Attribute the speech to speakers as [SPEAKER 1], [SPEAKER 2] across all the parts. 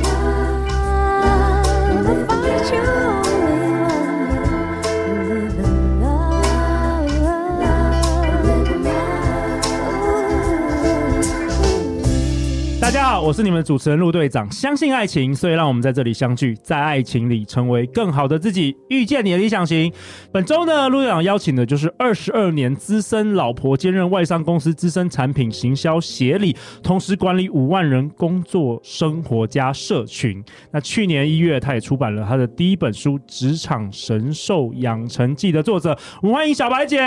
[SPEAKER 1] Love, find your only one. Live in love, live in love.
[SPEAKER 2] 大家好，我是你们主持人陆队长。相信爱情，所以让我们在这里相聚，在爱情里成为更好的自己，遇见你的理想型。本周呢，陆队长邀请的就是二十二年资深老婆，兼任外商公司资深产品行销协理，同时管理五万人工作生活加社群。那去年一月，他也出版了他的第一本书《职场神兽养成记》的作者，我们欢迎小白姐。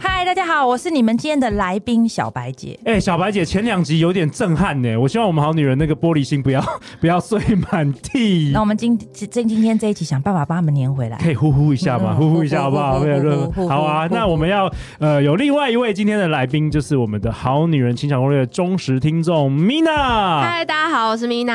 [SPEAKER 3] 嗨，大家好，我是你们今天的来宾小白姐。
[SPEAKER 2] 哎、小白姐前两集有点震撼呢，我希望我们好女人那个玻璃心不要不要碎满地
[SPEAKER 3] 那，我们今今今今天这一期想办法把他们粘回来。
[SPEAKER 2] 可以呼呼一下吗？
[SPEAKER 3] 嗯
[SPEAKER 2] 呼呼一下好不好？
[SPEAKER 3] 呼呼
[SPEAKER 2] 没有任
[SPEAKER 3] 呼呼
[SPEAKER 2] 何
[SPEAKER 3] 呼
[SPEAKER 2] 好啊。
[SPEAKER 3] 呼呼
[SPEAKER 2] 那我们要呃有另外一位今天的来宾，就是我们的好女人情场攻略的忠实听众 Mina。
[SPEAKER 4] 嗨，大家好，我是 Mina。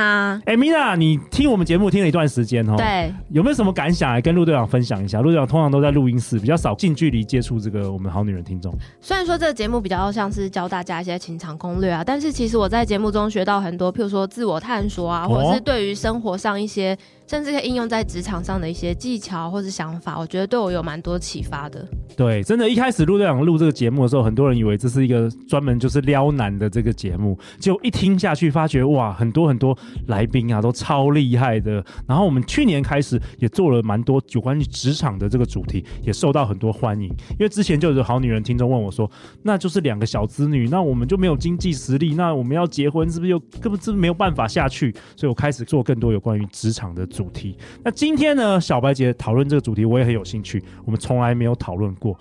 [SPEAKER 2] 哎、m i n a 你听我们节目听了一段时间哦，，
[SPEAKER 4] 对，
[SPEAKER 2] 有没有什么感想来啊跟陆队长分享一下？陆队长通常都在录音室，比较少近距离接触这个我们好女人听众。
[SPEAKER 4] 虽然说这个节目比较像是教大家一些情场攻略啊，但是其实我在节目中学到很多，譬如说自我探索啊，
[SPEAKER 2] 哦
[SPEAKER 4] 或者是对于生活上一些，甚至可以应用在职场上的一些技巧或者想法，我觉得对我有蛮多启发的。
[SPEAKER 2] 对，真的，一开始陆队长录这个节目的时候，很多人以为这是一个专门就是撩男的这个节目，结果一听下去，发觉哇，很多很多来宾啊都超厉害的。然后我们去年开始也做了蛮多有关于职场的这个主题，也受到很多欢迎。因为之前就有好女人听众问我说，那就是两个小资女，那我们就没有经济实力，那我们要结婚是不是又根本是没有办法下去？所以我开始做更多有关于职场的主题。那今天呢，小白姐讨论这个主题，我也很有兴趣，我们从来没有讨论过。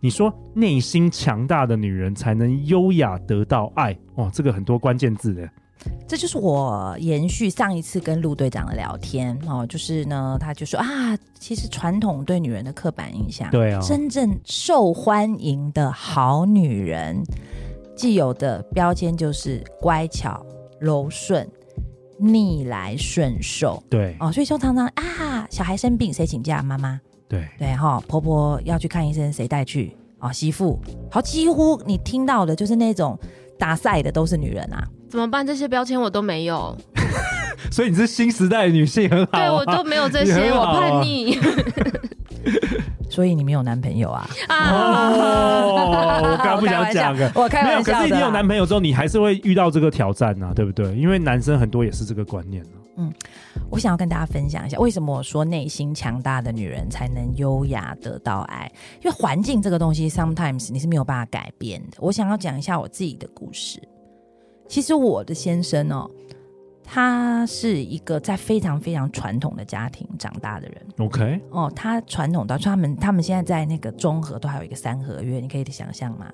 [SPEAKER 2] 你说内心强大的女人才能优雅得到爱，哦，这个很多关键字的，
[SPEAKER 3] 这就是我延续上一次跟陆队长的聊天哦，就是呢，他就说啊，其实传统对女人的刻板印象，
[SPEAKER 2] 对啊
[SPEAKER 3] 真正受欢迎的好女人，既有的标签就是乖巧、柔顺、逆来顺受
[SPEAKER 2] 对
[SPEAKER 3] 哦，所以就常常啊，小孩生病谁请假？妈妈。
[SPEAKER 2] 对
[SPEAKER 3] 对哈、婆婆要去看医生，谁带去？哦，媳妇，好，几乎你听到的就是那种打赛的都是女人啊，
[SPEAKER 4] 怎么办？这些标签我都没有，
[SPEAKER 2] 所以你是新时代的女性，很好、啊，
[SPEAKER 4] 对我都没有这
[SPEAKER 2] 你
[SPEAKER 4] 些，
[SPEAKER 2] 很好
[SPEAKER 4] 我
[SPEAKER 2] 啊
[SPEAKER 4] 叛逆
[SPEAKER 3] 所以你没有男朋友啊？
[SPEAKER 4] 啊。
[SPEAKER 2] 哦， 我刚刚不想讲了。
[SPEAKER 3] 我开
[SPEAKER 2] 没有，
[SPEAKER 3] 玩
[SPEAKER 2] 可
[SPEAKER 3] 笑的啦。啊
[SPEAKER 2] 是你有男朋友之后，你还是会遇到这个挑战呐、啊，对不对？因为男生很多也是这个观念、啊、
[SPEAKER 3] 我想要跟大家分享一下，为什么我说内心强大的女人才能优雅得到爱？因为环境这个东西，sometimes 你是没有办法改变的。我想要讲一下我自己的故事。其实我的先生哦，他是一个在非常非常传统的家庭长大的人。
[SPEAKER 2] OK，
[SPEAKER 3] 哦，他传统到他们他们现在在那个中和都还有一个三合院，你可以想象吗？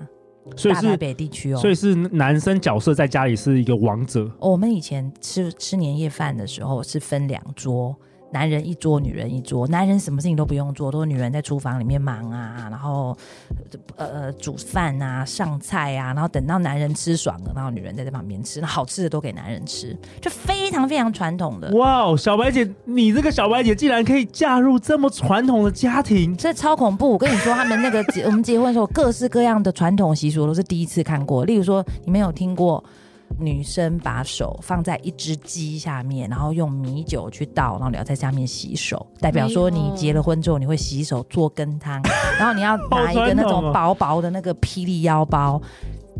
[SPEAKER 2] 所以
[SPEAKER 3] 大台
[SPEAKER 2] 是，
[SPEAKER 3] 北地区哦。
[SPEAKER 2] 所以是男生角色在家里是一个王者，
[SPEAKER 3] 哦我们以前吃吃年夜饭的时候是分两桌，男人一桌，女人一桌。男人什么事情都不用做，都是女人在厨房里面忙啊，然后呃呃煮饭啊、上菜啊，然后等到男人吃爽了，然后女人在这旁边吃，那好吃的都给男人吃，就非常非常传统的。
[SPEAKER 2] 哇哦，小白姐，你这个小白姐竟然可以嫁入这么传统的家庭，
[SPEAKER 3] 这超恐怖！我跟你说，他们那个结我们结婚的时候，各式各样的传统习俗都是第一次看过。例如说，你们有听过女生把手放在一只鸡下面，然后用米酒去倒，然后你要在下面洗手，代表说
[SPEAKER 4] 没
[SPEAKER 3] 你
[SPEAKER 4] 有
[SPEAKER 3] 结了婚之后你会洗手做羹汤，然后你要拿一个
[SPEAKER 2] 好
[SPEAKER 3] 那
[SPEAKER 2] 传统
[SPEAKER 3] 种
[SPEAKER 2] 哦
[SPEAKER 3] 薄薄的那个霹雳腰包。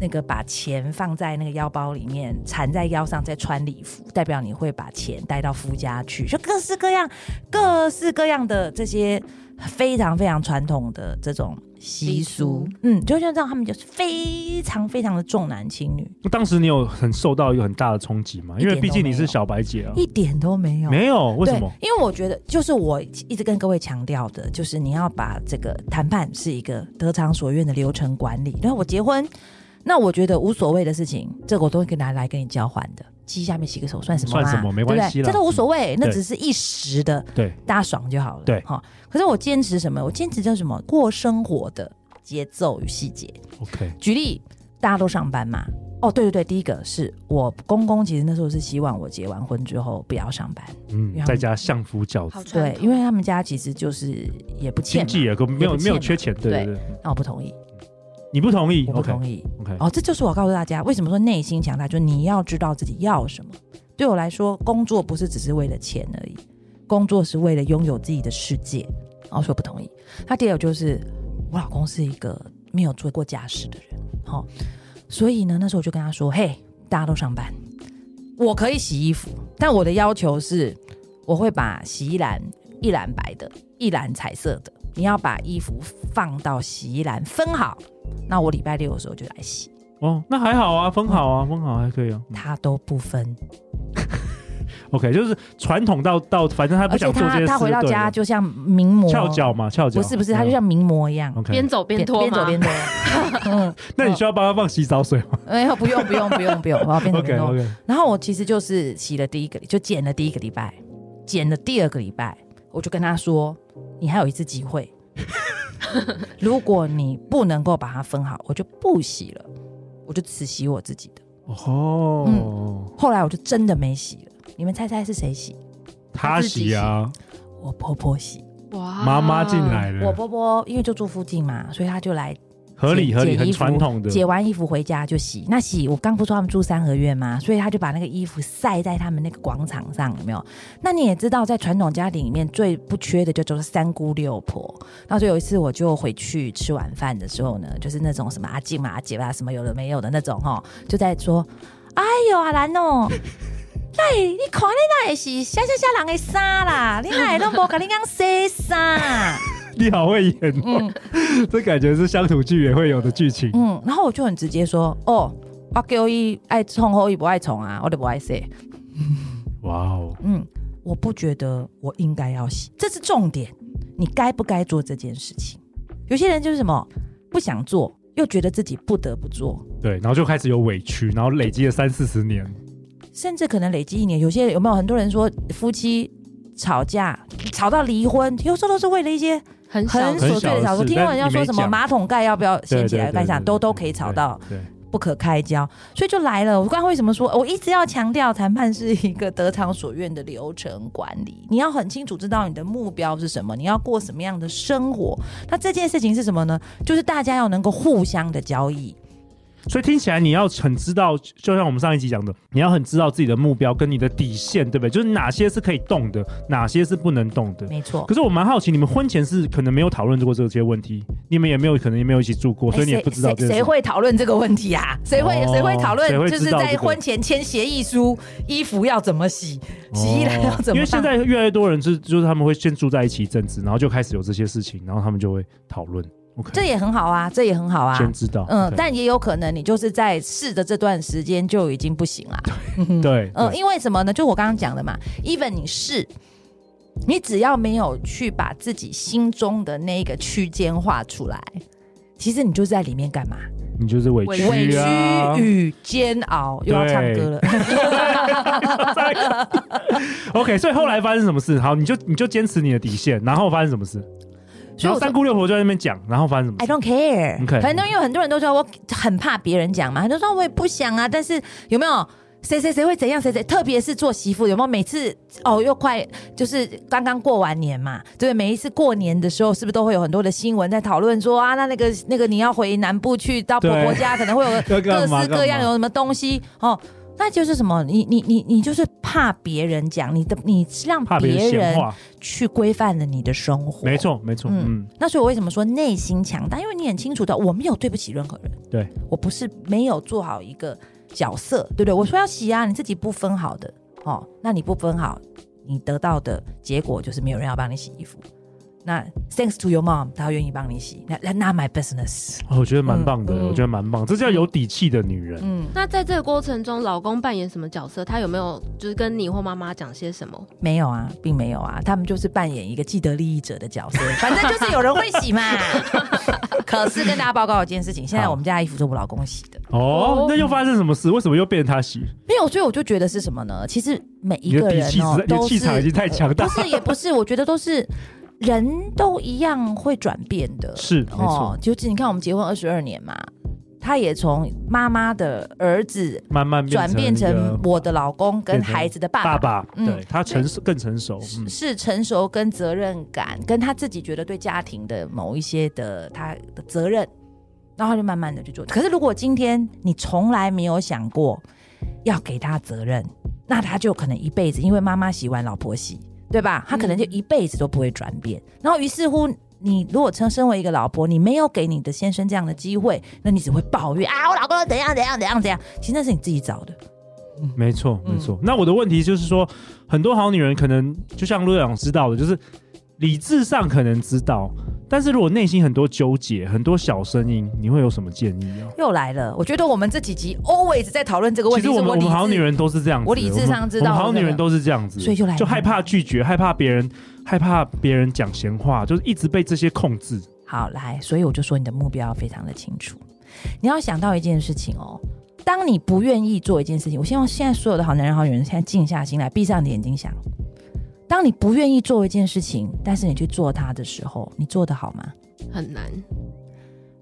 [SPEAKER 3] 那个把钱放在那个腰包里面，缠在腰上，再穿礼服，代表你会把钱带到夫家去，就各式各样、各式各样的这些非常非常传统的这种习俗
[SPEAKER 4] 习俗，
[SPEAKER 3] 嗯，就像这样，他们就是非常非常的重男轻女，
[SPEAKER 2] 当时你有很受到一个很大的冲击吗？
[SPEAKER 3] 一
[SPEAKER 2] 因
[SPEAKER 3] 点
[SPEAKER 2] 为毕竟你是小白姐啊，
[SPEAKER 3] 一点都没有。
[SPEAKER 2] 没有，为
[SPEAKER 3] 对，
[SPEAKER 2] 什么？
[SPEAKER 3] 因为我觉得，就是我一直跟各位强调的，就是你要把这个谈判是一个得偿所愿的流程管理。然后我结婚，那我觉得无所谓的事情，这个我都会跟拿来跟你交换的。鸡下面洗个手算什么嘛？
[SPEAKER 2] 算什么没关系
[SPEAKER 3] 对不
[SPEAKER 2] 啦
[SPEAKER 3] 对这都无所谓，那
[SPEAKER 2] 对
[SPEAKER 3] 只是一时的，
[SPEAKER 2] 对，
[SPEAKER 3] 大家爽就好了。
[SPEAKER 2] 对
[SPEAKER 3] 哈、可是我坚持什么？我坚持叫什么？过生活的节奏与细节。
[SPEAKER 2] ，OK，
[SPEAKER 3] 举例，大家都上班嘛。哦，对对对，第一个是我公公，其实那时候是希望我结完婚之后不要上班，因
[SPEAKER 2] 嗯，
[SPEAKER 3] 为他们
[SPEAKER 2] 在家相夫教子，
[SPEAKER 4] 好传
[SPEAKER 3] 对
[SPEAKER 4] 统，
[SPEAKER 3] 因为他们家其实就是也不
[SPEAKER 2] 经
[SPEAKER 3] 欠嘛
[SPEAKER 2] 济也够没有
[SPEAKER 3] 啊也不
[SPEAKER 2] 没
[SPEAKER 3] 欠
[SPEAKER 2] 有
[SPEAKER 3] 嘛
[SPEAKER 2] 缺钱，对对对，
[SPEAKER 3] 那我不同意。
[SPEAKER 2] 你不同意
[SPEAKER 3] 我不同意。
[SPEAKER 2] ？OK，
[SPEAKER 3] 哦，这就是我告诉大家为什么说内心强大，就是你要知道自己要什么。对我来说，工作不是只是为了钱而已，工作是为了拥有自己的世界。哦然后说不同意。那第二个就是，我老公是一个没有做过家事的人，好、所以呢，那时候我就跟他说：“嘿，大家都上班，我可以洗衣服，但我的要求是，我会把洗衣篮一篮白的，一篮彩色的，你要把衣服放到洗衣篮分好，那我礼拜六的时候就来洗。”
[SPEAKER 2] 哦，那还好啊，分好啊，分好还可以啊。嗯
[SPEAKER 3] 他都不分，
[SPEAKER 2] OK，就是传统到到，反正他不
[SPEAKER 3] 而且
[SPEAKER 2] 想做这些
[SPEAKER 3] 他
[SPEAKER 2] 事，
[SPEAKER 3] 他回到
[SPEAKER 2] 对
[SPEAKER 3] 家
[SPEAKER 2] 了
[SPEAKER 3] 就像名模，
[SPEAKER 2] 翘脚嘛，翘脚嗯
[SPEAKER 3] 不是不是，他就像名模一样，
[SPEAKER 4] 边
[SPEAKER 2] OK。
[SPEAKER 4] 走边
[SPEAKER 3] 边
[SPEAKER 4] 脱
[SPEAKER 3] 边
[SPEAKER 4] 吗
[SPEAKER 3] 走？边 脱。嗯，
[SPEAKER 2] 那你需要帮他放洗澡水吗
[SPEAKER 3] 没有不用不用不用不用，我要边走
[SPEAKER 2] ？OK
[SPEAKER 3] 边脱。
[SPEAKER 2] OK，
[SPEAKER 3] 然后我其实就是洗了第一个，就剪了第一个礼拜，剪了第二个礼拜，我就跟他说，你还有一次机 会，如果你不能够把它分好，我就不洗了，我就只洗我自己的。
[SPEAKER 2] 哦，
[SPEAKER 3] 后来我就真的没洗了，你们猜猜是谁洗？
[SPEAKER 2] 他洗啊，
[SPEAKER 3] 我婆婆洗。
[SPEAKER 4] 哇
[SPEAKER 2] 妈妈进，来
[SPEAKER 3] 啊我
[SPEAKER 2] 了，
[SPEAKER 3] 婆婆因为就住附近嘛，所以她就来
[SPEAKER 2] 合理
[SPEAKER 3] 剪
[SPEAKER 2] 合理，
[SPEAKER 3] 剪
[SPEAKER 2] 很
[SPEAKER 3] 衣服
[SPEAKER 2] 传统的。
[SPEAKER 3] 解完衣服回家就洗。那洗我刚不说他们住三合院吗？所以他就把那个衣服晒在他们那个广场上，有没有？那你也知道，在传统家庭里面最不缺的就就是三姑六婆。那所以有一次我就回去吃晚饭的时候呢，就是那种什么阿静嘛、阿姐啊，什么有的没有的那种哈，就在说：“哎呦，阿兰哦。”哎，你看你那也是啥啥啥人的衫啦，你那都无甲你讲洗衫。
[SPEAKER 2] 你好会演哦， 这感觉是乡土剧也会有的剧情。
[SPEAKER 3] 嗯，然后我就很直接说，哦，我叫伊爱冲后伊不爱冲啊，我就不爱洗。
[SPEAKER 2] 哇哦，
[SPEAKER 3] 嗯，我不觉得我应该要洗，这是重点。你该不该做这件事情？有些人就是什么不想做，又觉得自己不得不做，
[SPEAKER 2] 对，然后就开始有委屈，然后累积了三四十年。
[SPEAKER 3] 甚至可能累积一年。有些人有没有很多人说夫妻吵架吵到离婚，有时候都是为了一些
[SPEAKER 4] 很小
[SPEAKER 3] 很琐碎的
[SPEAKER 2] 很小
[SPEAKER 3] 小
[SPEAKER 2] 的事
[SPEAKER 3] 事。听到人家
[SPEAKER 2] 但
[SPEAKER 3] 说什
[SPEAKER 2] 你没
[SPEAKER 3] 么
[SPEAKER 2] 讲
[SPEAKER 3] 马桶盖要不要掀
[SPEAKER 2] 对
[SPEAKER 3] 起来盖上，都都可以吵到。
[SPEAKER 2] 对，对
[SPEAKER 3] 不可开交，所以就来了。我刚刚为什么说，我一直要强调，谈判是一个得偿所愿的流程管理。你要很清楚知道你的目标是什么，你要过什么样的生活。那这件事情是什么呢？就是大家要能够互相的交易。
[SPEAKER 2] 所以听起来你要很知道，就像我们上一集讲的，你要很知道自己的目标跟你的底线，对不对？就是哪些是可以动的，哪些是不能动的。
[SPEAKER 3] 没错
[SPEAKER 2] 可。是我蛮好奇，你们婚前是可能没有讨论过这些问题，你们也没有可能也没有一起住过，所以你也
[SPEAKER 3] 哎
[SPEAKER 2] 不知道这
[SPEAKER 3] 谁
[SPEAKER 2] 件
[SPEAKER 3] 谁
[SPEAKER 2] 事。
[SPEAKER 3] 会讨论这个问题啊？谁会、
[SPEAKER 2] 哦
[SPEAKER 3] 谁会讨论
[SPEAKER 2] 谁？会知道
[SPEAKER 3] 就是
[SPEAKER 2] 这
[SPEAKER 3] 在
[SPEAKER 2] 个
[SPEAKER 3] 婚前签协议书，衣服要怎么洗，洗衣篮要怎么放？
[SPEAKER 2] 哦因为现在越来越多人是，就是他们会先住在一起一阵子，然后就开始有这些事情，然后他们就会讨论。OK，
[SPEAKER 3] 这也很好啊，这也很好啊。
[SPEAKER 2] 先知道。
[SPEAKER 3] 嗯
[SPEAKER 2] OK，
[SPEAKER 3] 但也有可能你就是在试的这段时间就已经不行啦。
[SPEAKER 2] 对，
[SPEAKER 3] 嗯，
[SPEAKER 2] 对
[SPEAKER 3] 因为什么呢？就我刚刚讲的嘛，even 你是，你只要没有去把自己心中的那一个区间画出来，其实你就在里面干嘛？
[SPEAKER 2] 你就是委
[SPEAKER 4] 委
[SPEAKER 3] 委
[SPEAKER 2] 屈啊
[SPEAKER 3] 屈。与煎熬，又要唱歌了。
[SPEAKER 2] OK，所以后来发生什么事？好，你就你就坚持你的底线，然后发生什么事？ 然
[SPEAKER 3] 所以
[SPEAKER 2] 后
[SPEAKER 3] 我
[SPEAKER 2] 三
[SPEAKER 3] 说
[SPEAKER 2] 姑六婆就在那边讲，然后发生什么
[SPEAKER 3] I
[SPEAKER 2] 事？
[SPEAKER 3] don't care。
[SPEAKER 2] OK
[SPEAKER 3] 很多因为很多人都说我很怕别人讲嘛，很多人说我也不想啊，但是有没有？谁谁谁会怎样？谁谁，特别是做媳妇，有没有每次哦，又快就是刚刚过完年嘛，对不对？每一次过年的时候，是不是都会有很多的新闻在讨论说啊，那那个那个你要回南部去到婆婆家，可能会有
[SPEAKER 2] 要 干
[SPEAKER 3] 各
[SPEAKER 2] 嘛
[SPEAKER 3] 式各
[SPEAKER 2] 干
[SPEAKER 3] 样
[SPEAKER 2] 嘛
[SPEAKER 3] 有什么东西哦。那就是什么？你你你你就是怕别人讲你的，你是让
[SPEAKER 2] 怕别人
[SPEAKER 3] 别
[SPEAKER 2] 闲
[SPEAKER 3] 人
[SPEAKER 2] 话，
[SPEAKER 3] 去规范了你的生活。
[SPEAKER 2] 没错没错，嗯
[SPEAKER 3] 嗯，那所以我为什么说内心强大？因为你很清楚的，我没有对不起任何人，
[SPEAKER 2] 对
[SPEAKER 3] 我不是没有做好一个角色，对不对？我说要洗啊，你自己不分好的哦，那你不分好，你得到的结果就是没有人要帮你洗衣服。那 thanks to your mom，她愿意帮你洗，那那 not my business。
[SPEAKER 2] 哦我觉得蛮棒的，
[SPEAKER 4] 嗯嗯
[SPEAKER 2] 我觉得蛮棒，这叫有底气的女人。
[SPEAKER 3] 嗯，
[SPEAKER 4] 那在这个过程中，老公扮演什么角色？他有没有就是跟你或妈妈讲些什么？
[SPEAKER 3] 没有啊，并没有啊，他们就是扮演一个既得利益者的角色， 反正就是有人会洗嘛。可是跟大家报告一件事情，现在
[SPEAKER 2] 好
[SPEAKER 3] 我们家衣服是我老公洗的。
[SPEAKER 2] 哦
[SPEAKER 4] 哦，
[SPEAKER 2] 那又发生什么事？为什么又变成她洗？
[SPEAKER 3] 没有，所以我就觉得是什么呢？其实每一
[SPEAKER 2] 你
[SPEAKER 3] 个
[SPEAKER 2] 的底
[SPEAKER 3] 人
[SPEAKER 2] 气实
[SPEAKER 3] 哦
[SPEAKER 2] 在，，你的
[SPEAKER 3] 都
[SPEAKER 2] 气场已经
[SPEAKER 3] 是
[SPEAKER 2] 太强大
[SPEAKER 3] 不。是也不是，我觉得都是人都一样会转变的。哦
[SPEAKER 2] 是，没错，，
[SPEAKER 3] 就是你看我们结婚二十二年嘛，他也从妈妈的儿子
[SPEAKER 2] 慢慢
[SPEAKER 3] 转变
[SPEAKER 2] 一个
[SPEAKER 3] 成我的老公跟
[SPEAKER 2] 变成
[SPEAKER 3] 孩子的爸
[SPEAKER 2] 爸
[SPEAKER 3] 爸。
[SPEAKER 2] 爸，
[SPEAKER 3] 嗯
[SPEAKER 2] 对她成熟更成熟，嗯，
[SPEAKER 3] 是成熟跟责任感，跟他自己觉得对家庭的某一些的他的责任，然后他就慢慢的去做。可是如果今天你从来没有想过要给他责任，那他就可能一辈子因为妈妈洗碗老婆洗，对吧？他可能就
[SPEAKER 2] 嗯
[SPEAKER 3] 一辈子都不会转变。然后于是乎。你如果称身为一个老婆，你没有给你的先生这样的机会，那你只会抱怨啊，我老公都怎样怎样怎样怎样。其实那是你自己找的，
[SPEAKER 2] 没错，
[SPEAKER 3] 嗯
[SPEAKER 2] 没错。那我的问题就是说，很多好女人可能就像陆队长知道的，就是理智上可能知道，但是如果内心很多纠结、很多小声音，你会有什么建议啊？
[SPEAKER 3] 又来了。我觉得我们这几集 always 在讨论这个问
[SPEAKER 2] 其
[SPEAKER 3] 题，
[SPEAKER 2] 实我
[SPEAKER 3] 是
[SPEAKER 2] 们我
[SPEAKER 3] 理
[SPEAKER 2] 们
[SPEAKER 3] 智
[SPEAKER 2] 好女人都是这样子，
[SPEAKER 3] 我理智上知道
[SPEAKER 2] 我们我们好
[SPEAKER 3] 那
[SPEAKER 2] 女
[SPEAKER 3] 个
[SPEAKER 2] 人都是这样子，
[SPEAKER 3] 所以就来
[SPEAKER 2] 就害怕拒绝，害怕别人，害怕别人讲闲话，就是一直被这些控制。
[SPEAKER 3] 好，来，所以我就说你的目标非常的清楚，你要想到一件事情哦。当你不愿意做一件事情，我希望现在所有的好男人、好女人，现在静下心来，闭上你的眼睛想：当你不愿意做一件事情，但是你去做它的时候，你做得好吗？
[SPEAKER 4] 很难。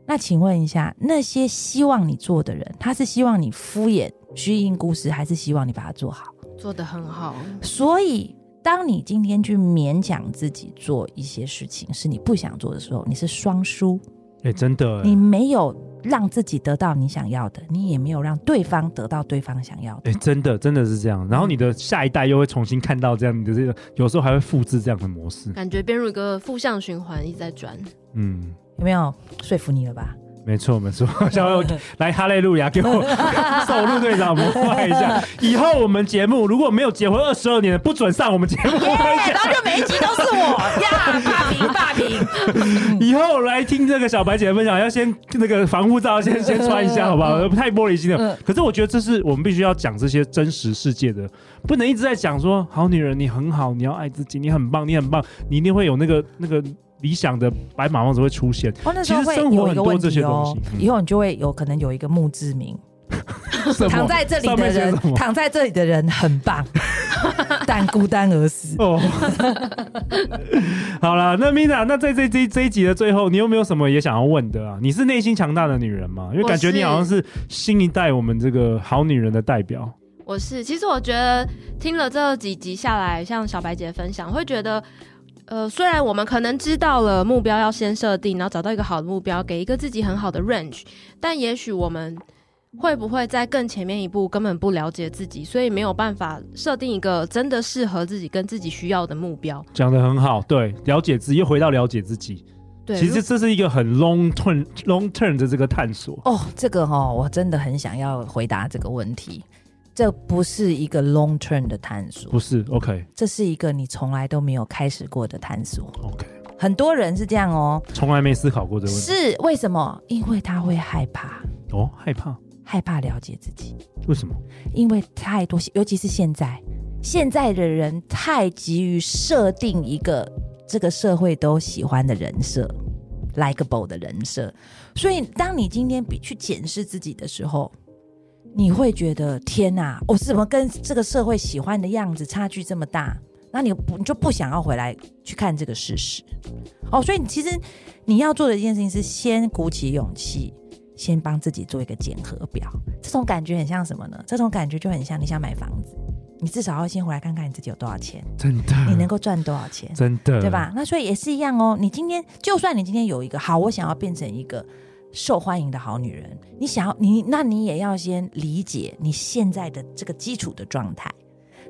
[SPEAKER 3] 那请问一下，那些希望你做的人，他是希望你敷衍、虚应故事，还是希望你把它做好？
[SPEAKER 4] 做得很好，
[SPEAKER 2] 嗯
[SPEAKER 3] 所以，当你今天去勉强自己做一些事情是你不想做的时候，你是双输。
[SPEAKER 2] 哎、真的、
[SPEAKER 3] 你
[SPEAKER 2] 哎、
[SPEAKER 3] 没有让自己得到你想要的，你也没有让对方得到对方想要的。
[SPEAKER 2] 哎真的，真的是这样。然后你的下一代又会重新看到这样，你的这个有时候还会复制这样的模式。
[SPEAKER 4] 感觉变入一个负向循环，一直在转。
[SPEAKER 2] 嗯，
[SPEAKER 3] 有没有说服你了 吧？
[SPEAKER 2] 没错，没错。小友来哈雷路亚给我受陆队长膜拜一下。以后我们节目如果没有结婚二十二年的，不准上我们节目。
[SPEAKER 3] 对，然后就每一集都是我 呀，霸屏霸屏。
[SPEAKER 2] 以后来听这个小白姐的分享，要先那个防护罩先先穿一下，好不好？太玻璃心了。可是我觉得这是我们必须要讲这些真实世界的，不能一直在讲说好女人你很好，你要爱自己，你很棒，你很棒，你一定会有那个那个理想的白马王子会出现。
[SPEAKER 3] 哦，那时候
[SPEAKER 2] 其实
[SPEAKER 3] 会
[SPEAKER 2] 生活
[SPEAKER 3] 有一
[SPEAKER 2] 很
[SPEAKER 3] 个
[SPEAKER 2] 多
[SPEAKER 3] 问
[SPEAKER 2] 这
[SPEAKER 3] 题
[SPEAKER 2] 些东
[SPEAKER 3] 哦
[SPEAKER 2] 西，嗯
[SPEAKER 3] 以后你就会有可能有一个墓志铭，
[SPEAKER 2] 什么
[SPEAKER 3] 躺在这里
[SPEAKER 2] 上
[SPEAKER 3] 的
[SPEAKER 2] 面写
[SPEAKER 3] 人
[SPEAKER 2] 什么，
[SPEAKER 3] 躺在这里的人很棒， 但孤单而死。
[SPEAKER 2] 哦， 好了，那 Mina，那在这这这一集的最后，你有没有什么也想要问的啊？你是内心强大的女人吗？因为感觉你好像是新一代我们这个好女人的代表。
[SPEAKER 4] 我是，其实我觉得听了这几集下来，像小白姐分享，会觉得，呃，虽然我们可能知道了目标要先设定，然后找到一个好的目标，给一个自己很好的 range，但也许我们会不会在更前面一步根本不了解自己，所以没有办法设定一个真的适合自己跟自己需要的目标。
[SPEAKER 2] 讲的很好，对，了解自己，又回到了解自己。
[SPEAKER 4] 对，
[SPEAKER 2] 其
[SPEAKER 4] 如
[SPEAKER 2] 实这是一个很 long term long term 的这个探索。
[SPEAKER 3] 哦，这个哈、我真的很想要回答这个问题。这不是一个 long term 的探索
[SPEAKER 2] 不，是，OK
[SPEAKER 3] 这是一个你从来都没有开始过的探索。
[SPEAKER 2] OK，
[SPEAKER 3] 很多人是这样哦，
[SPEAKER 2] 从来没思考过这个问题。
[SPEAKER 3] 是为什么？因为他会害怕，
[SPEAKER 2] 哦，害怕，
[SPEAKER 3] 害怕了解自己，
[SPEAKER 2] 为什么？
[SPEAKER 3] 因为太多，尤其是现在，现在的人太急于设定一个这个社会都喜欢的人设，likable 的人设，所以当你今天比去检视自己的时候。你会觉得天哪，我、怎么跟这个社会喜欢的样子差距这么大？那你不你就不想要回来去看这个事实哦，所以你其实你要做的一件事情是先鼓起勇气，先帮自己做一个检核表。这种感觉很像什么呢？这种感觉就很像你想买房子，你至少要先回来看看你自己有多少钱，
[SPEAKER 2] 真的，
[SPEAKER 3] 你能够赚多少钱，
[SPEAKER 2] 嗯真的，
[SPEAKER 3] 对？吧？那所以也是一样哦。你今天就算你今天有一个好，我想要变成一个受欢迎的好女人，你想要你，那你也要先理解你现在的这个基础的状态，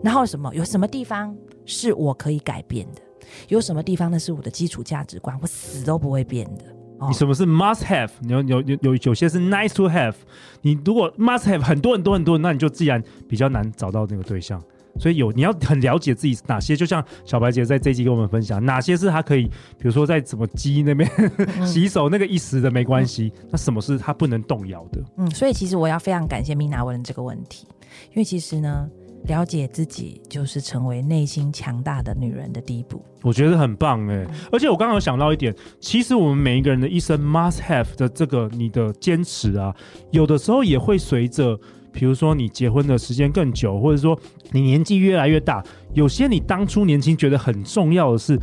[SPEAKER 3] 然后什么有什么地方是我可以改变的，有什么地方那是我的基础价值观，我死都不会变的。哦
[SPEAKER 2] 你什么是 must have？你有有有有有些是 nice to have。你如果 must have 很多很多很多，那你就自然比较难找到那个对象。所以有你要很了解自己哪些，就像小白姐在这一集跟我们分享，哪些是她可以，比如说在什么鸡那边 洗手那个一时的没关系，那什么是她不能动摇的？
[SPEAKER 3] 嗯，所以其实我要非常感谢米娜问这个问题，因为其实呢，了解自己就是成为内心强大的女人的第一步。
[SPEAKER 2] 我觉得很棒哎、
[SPEAKER 3] 嗯
[SPEAKER 2] 而且我刚刚有想到一点，其实我们每一个人的一生 must have 的这个你的坚持啊，有的时候也会随着，比如说你结婚的时间更久，或者说你年纪越来越大，有些你当初年轻觉得很重要的事，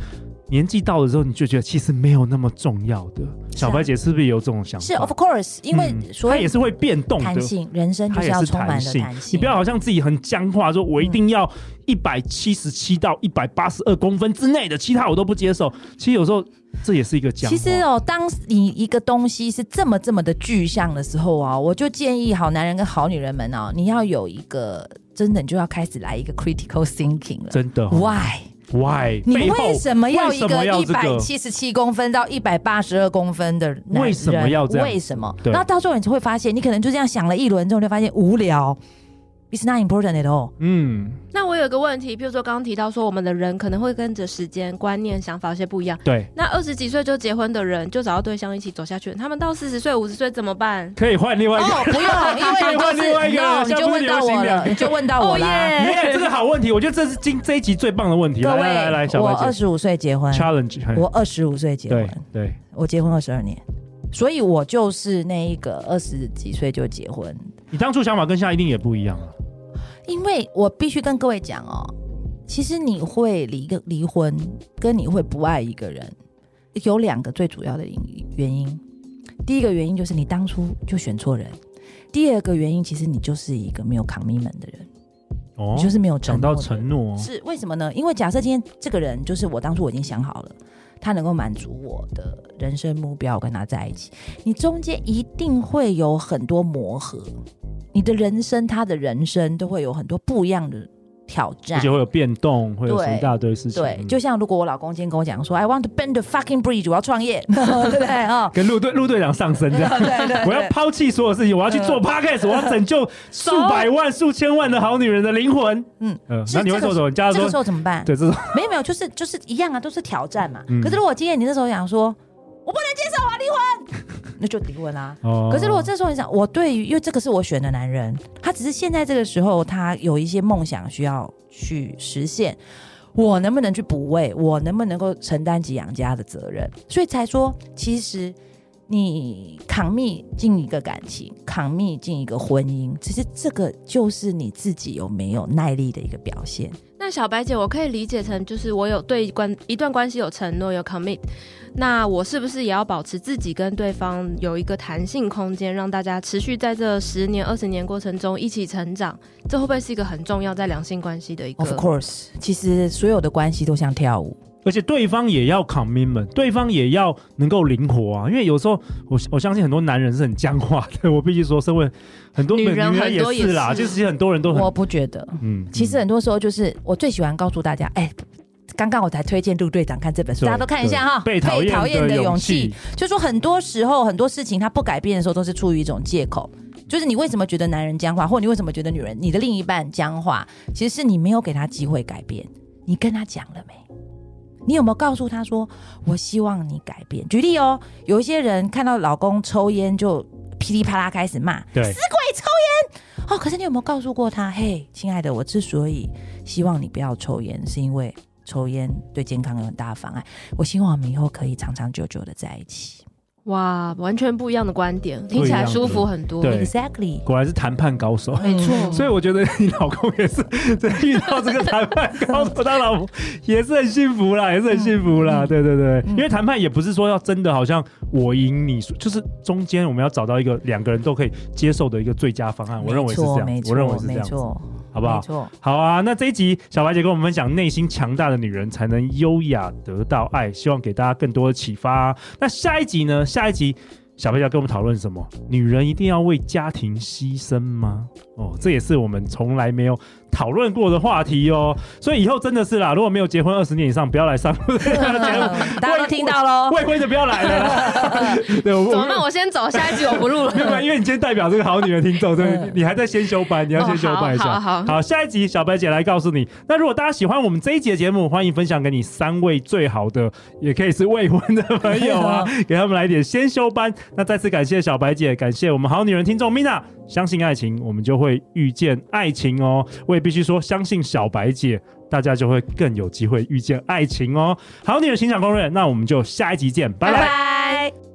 [SPEAKER 2] 年纪到了之后，你就觉得其实没有那么重要的。小白姐是不是也有这种想法？
[SPEAKER 3] 啊是 of course，因为
[SPEAKER 2] 嗯
[SPEAKER 3] 所
[SPEAKER 2] 它也
[SPEAKER 3] 以
[SPEAKER 2] 是会变动
[SPEAKER 3] 弹
[SPEAKER 2] 的。
[SPEAKER 3] 性，人生就
[SPEAKER 2] 它
[SPEAKER 3] 是
[SPEAKER 2] 也
[SPEAKER 3] 要
[SPEAKER 2] 是
[SPEAKER 3] 充满
[SPEAKER 2] 弹
[SPEAKER 3] 了
[SPEAKER 2] 性
[SPEAKER 3] 弹性。，嗯
[SPEAKER 2] 你不要好像自己很僵化，说我一定要一百七十七到一百八十二公分之内的，其他我都不接受。其实有时候这也是一个僵化。
[SPEAKER 3] 其实哦，当你一个东西是这么这么的具象的时候啊，我就建议好男人跟好女人们哦，你要有一个真的，你就要开始来一个 critical thinking 了。
[SPEAKER 2] 真的、哦、
[SPEAKER 3] Why？
[SPEAKER 2] ，why？
[SPEAKER 3] 你
[SPEAKER 2] 背后
[SPEAKER 3] 为什么要一
[SPEAKER 2] 为什
[SPEAKER 3] 个
[SPEAKER 2] 么要
[SPEAKER 3] 一
[SPEAKER 2] 这个
[SPEAKER 3] 百七十七公分到一百八十二公分的男人？
[SPEAKER 2] 为什么要这样
[SPEAKER 3] 为什么？
[SPEAKER 2] 对
[SPEAKER 3] 然后到时候你就会发现，你可能就这样想了一轮之后，你就发现无聊，it's not important at all。
[SPEAKER 2] 嗯，
[SPEAKER 4] 那我有个问题，譬如说刚刚提到说，我们的人可能会跟着时间、观念、想法有些不一样。
[SPEAKER 2] 对，
[SPEAKER 4] 那二十几岁就结婚的人，就找到对象一起走下去，他们到四十岁、五十岁怎么办？
[SPEAKER 2] 可以换另外一个。
[SPEAKER 3] 哦，不 用，因为你就
[SPEAKER 2] 哎换另外一
[SPEAKER 3] 是
[SPEAKER 2] 个
[SPEAKER 3] no，你
[SPEAKER 2] 像
[SPEAKER 3] 就
[SPEAKER 2] 不
[SPEAKER 3] 问到
[SPEAKER 2] 流行
[SPEAKER 3] 我
[SPEAKER 2] 两
[SPEAKER 3] 了，
[SPEAKER 2] 个
[SPEAKER 3] 你就问 到我啦。
[SPEAKER 4] 耶
[SPEAKER 2] 耶，这个好问题，我觉得这是今这一集最棒的问题。
[SPEAKER 3] 各
[SPEAKER 2] 来
[SPEAKER 3] 位，
[SPEAKER 2] 哦来来来，小
[SPEAKER 3] 我
[SPEAKER 2] 白
[SPEAKER 3] 二
[SPEAKER 2] 姐
[SPEAKER 3] 十五岁结婚，
[SPEAKER 2] ，challenge，嘿
[SPEAKER 3] 我二十五岁结
[SPEAKER 2] 对
[SPEAKER 3] 婚，
[SPEAKER 2] 对，
[SPEAKER 3] 我结婚二十二年，所以我就是那一个二十几岁就结婚，
[SPEAKER 2] 你当初想法跟现在一定也不一样了。
[SPEAKER 3] 因为我必须跟各位讲哦，其实你会离个离婚，跟你会不爱一个人，有两个最主要的因原因。第一个原因就是你当初就选错人，第二个原因其实你就是一个没有 commitment 的人，
[SPEAKER 2] 哦
[SPEAKER 3] 你就是没有
[SPEAKER 2] 讲
[SPEAKER 3] 承
[SPEAKER 2] 到
[SPEAKER 3] 诺的人
[SPEAKER 2] 承诺，
[SPEAKER 3] 是为什么呢？因为假设今天这个人就是我当初我已经想好了，他能够满足我的人生目标，我跟他在一起，你中间一定会有很多磨合，你的人生，他的人生都会有很多不一样的挑
[SPEAKER 2] 而
[SPEAKER 3] 战
[SPEAKER 2] 且。会有变动，会有
[SPEAKER 3] 啊对
[SPEAKER 2] 什么一大堆事情。
[SPEAKER 3] 对，
[SPEAKER 2] 嗯
[SPEAKER 3] 就像如果我老公今天跟我讲说，I want to bend the fucking bridge，我要创业， 对不 对啊？
[SPEAKER 2] 跟陆队陆队长上身这样。
[SPEAKER 3] 对对嗯
[SPEAKER 2] 我要抛弃所有事情，我要去做 podcast，我要拯救数百万、数千万的好女人的灵魂。嗯
[SPEAKER 3] 嗯
[SPEAKER 2] 嗯，
[SPEAKER 3] 是
[SPEAKER 2] 那你会做什么？你家
[SPEAKER 3] 这
[SPEAKER 2] 说
[SPEAKER 3] 个时候怎么办？
[SPEAKER 2] 对，这种
[SPEAKER 3] 没有没有，就是就是一样啊，都是挑战嘛。
[SPEAKER 2] 嗯
[SPEAKER 3] 可是如果今天你那时候想说，我不能接受，我啊要离婚， 那就离婚啊啦、
[SPEAKER 2] 哦
[SPEAKER 3] 可是如果这时候你想，我对于因为这个是我选的男人，他只是现在这个时候他有一些梦想需要去实现，我能不能去补位？我能不能够承担起养家的责任？所以才说，其实你扛密进一个感情，扛密进一个婚姻，其实这个就是你自己有没有耐力的一个表现。
[SPEAKER 4] 那小白姐，我可以理解成就是我有对关一段关系有承诺有 commit，那我是不是也要保持自己跟对方有一个弹性空间，让大家持续在这十年二十年过程中一起成长？这会不会是一个很重要在两性关系的一个
[SPEAKER 3] Of course，其实所有的关系都像跳舞，
[SPEAKER 2] 而且对方也要 commitment，对方也要能够灵活啊，因为有时候我我相信很多男人是很僵化的，我必须说，身为很多
[SPEAKER 4] 女人
[SPEAKER 2] 女
[SPEAKER 4] 很多
[SPEAKER 2] 也是啦，
[SPEAKER 4] 也是
[SPEAKER 2] 就是其实很多人都很
[SPEAKER 3] 我不觉得。
[SPEAKER 2] 嗯，
[SPEAKER 3] 其实
[SPEAKER 2] 嗯
[SPEAKER 3] 很多时候就是我最喜欢告诉大家，哎、刚刚我才推荐陆队长看这本书，
[SPEAKER 2] 对
[SPEAKER 3] 大家都看一下哈。
[SPEAKER 2] 被讨厌的勇气，，
[SPEAKER 3] 就说很多时候很多事情它不改变的时候，都是出于一种借口。就是你为什么觉得男人僵化，或你为什么觉得女人你的另一半僵化，其实是你没有给他机会改变。你跟他讲了没？你有没有告诉他说，我希望你改变？举例哦，有一些人看到老公抽烟就噼里啪啦开始骂，
[SPEAKER 2] 对，
[SPEAKER 3] 哦，可是你有没有告诉过他？嘿，亲爱的，我之所以希望你不要抽烟，是因为抽烟对健康有很大的妨碍。我希望我们以后可以长长久久的在一起。
[SPEAKER 4] 哇，完全不一样的观点，听起来舒服很多。嗯
[SPEAKER 2] 对
[SPEAKER 3] Exactly，
[SPEAKER 2] 果然是谈判高手。
[SPEAKER 3] 没错。
[SPEAKER 2] 所以我觉得你老公也是，在遇到这个谈判高手，他老婆也是很幸福啦，也是很幸福啦。
[SPEAKER 3] 嗯
[SPEAKER 2] 对对对，因为谈判也不是说要真的好像我赢你输，就是中间我们要找到一个两个人都可以接受的一个最佳方案。我认为是这样
[SPEAKER 3] 没，错
[SPEAKER 2] 我认为是这
[SPEAKER 3] 没
[SPEAKER 2] 样，
[SPEAKER 3] 错，
[SPEAKER 2] 好不好
[SPEAKER 3] 没？错，
[SPEAKER 2] 好啊，那这一集小白姐跟我们分享，内心强大的女人才能优雅得到爱，希望给大家更多的启发啊、那下一集呢？下一集小白姐要跟我们讨论什么？女人一定要为家庭牺牲吗？哦，这也是我们从来没有讨论过的话题哦。所以以后真的是啦，如果没有结婚二十年以上，不要来上
[SPEAKER 3] 嗯大家都听到喽。
[SPEAKER 2] 未婚的不要来了。对，我
[SPEAKER 4] 怎么
[SPEAKER 2] 我
[SPEAKER 4] 办？我先走，下一集我不录了。
[SPEAKER 2] 没有，没 有因为你今天代表这个好女人听众，对不对
[SPEAKER 3] 嗯
[SPEAKER 2] 你还在先修班，你要先修班一下。
[SPEAKER 4] 哦好好好
[SPEAKER 2] 下一集小白姐来告诉你。那如果大家喜欢我们这一集的节目，欢迎分享给你三位最好的，也可以是未婚的朋友 啊，给他们来一点先修班。那再次感谢小白姐，感谢我们好女人听众 Mina。相信爱情，我们就会遇见爱情哦。我也必须说，相信小白姐。大家就会更有机会遇见爱情哦。好女人情场攻略，那我们就下一集见，拜拜
[SPEAKER 3] 拜。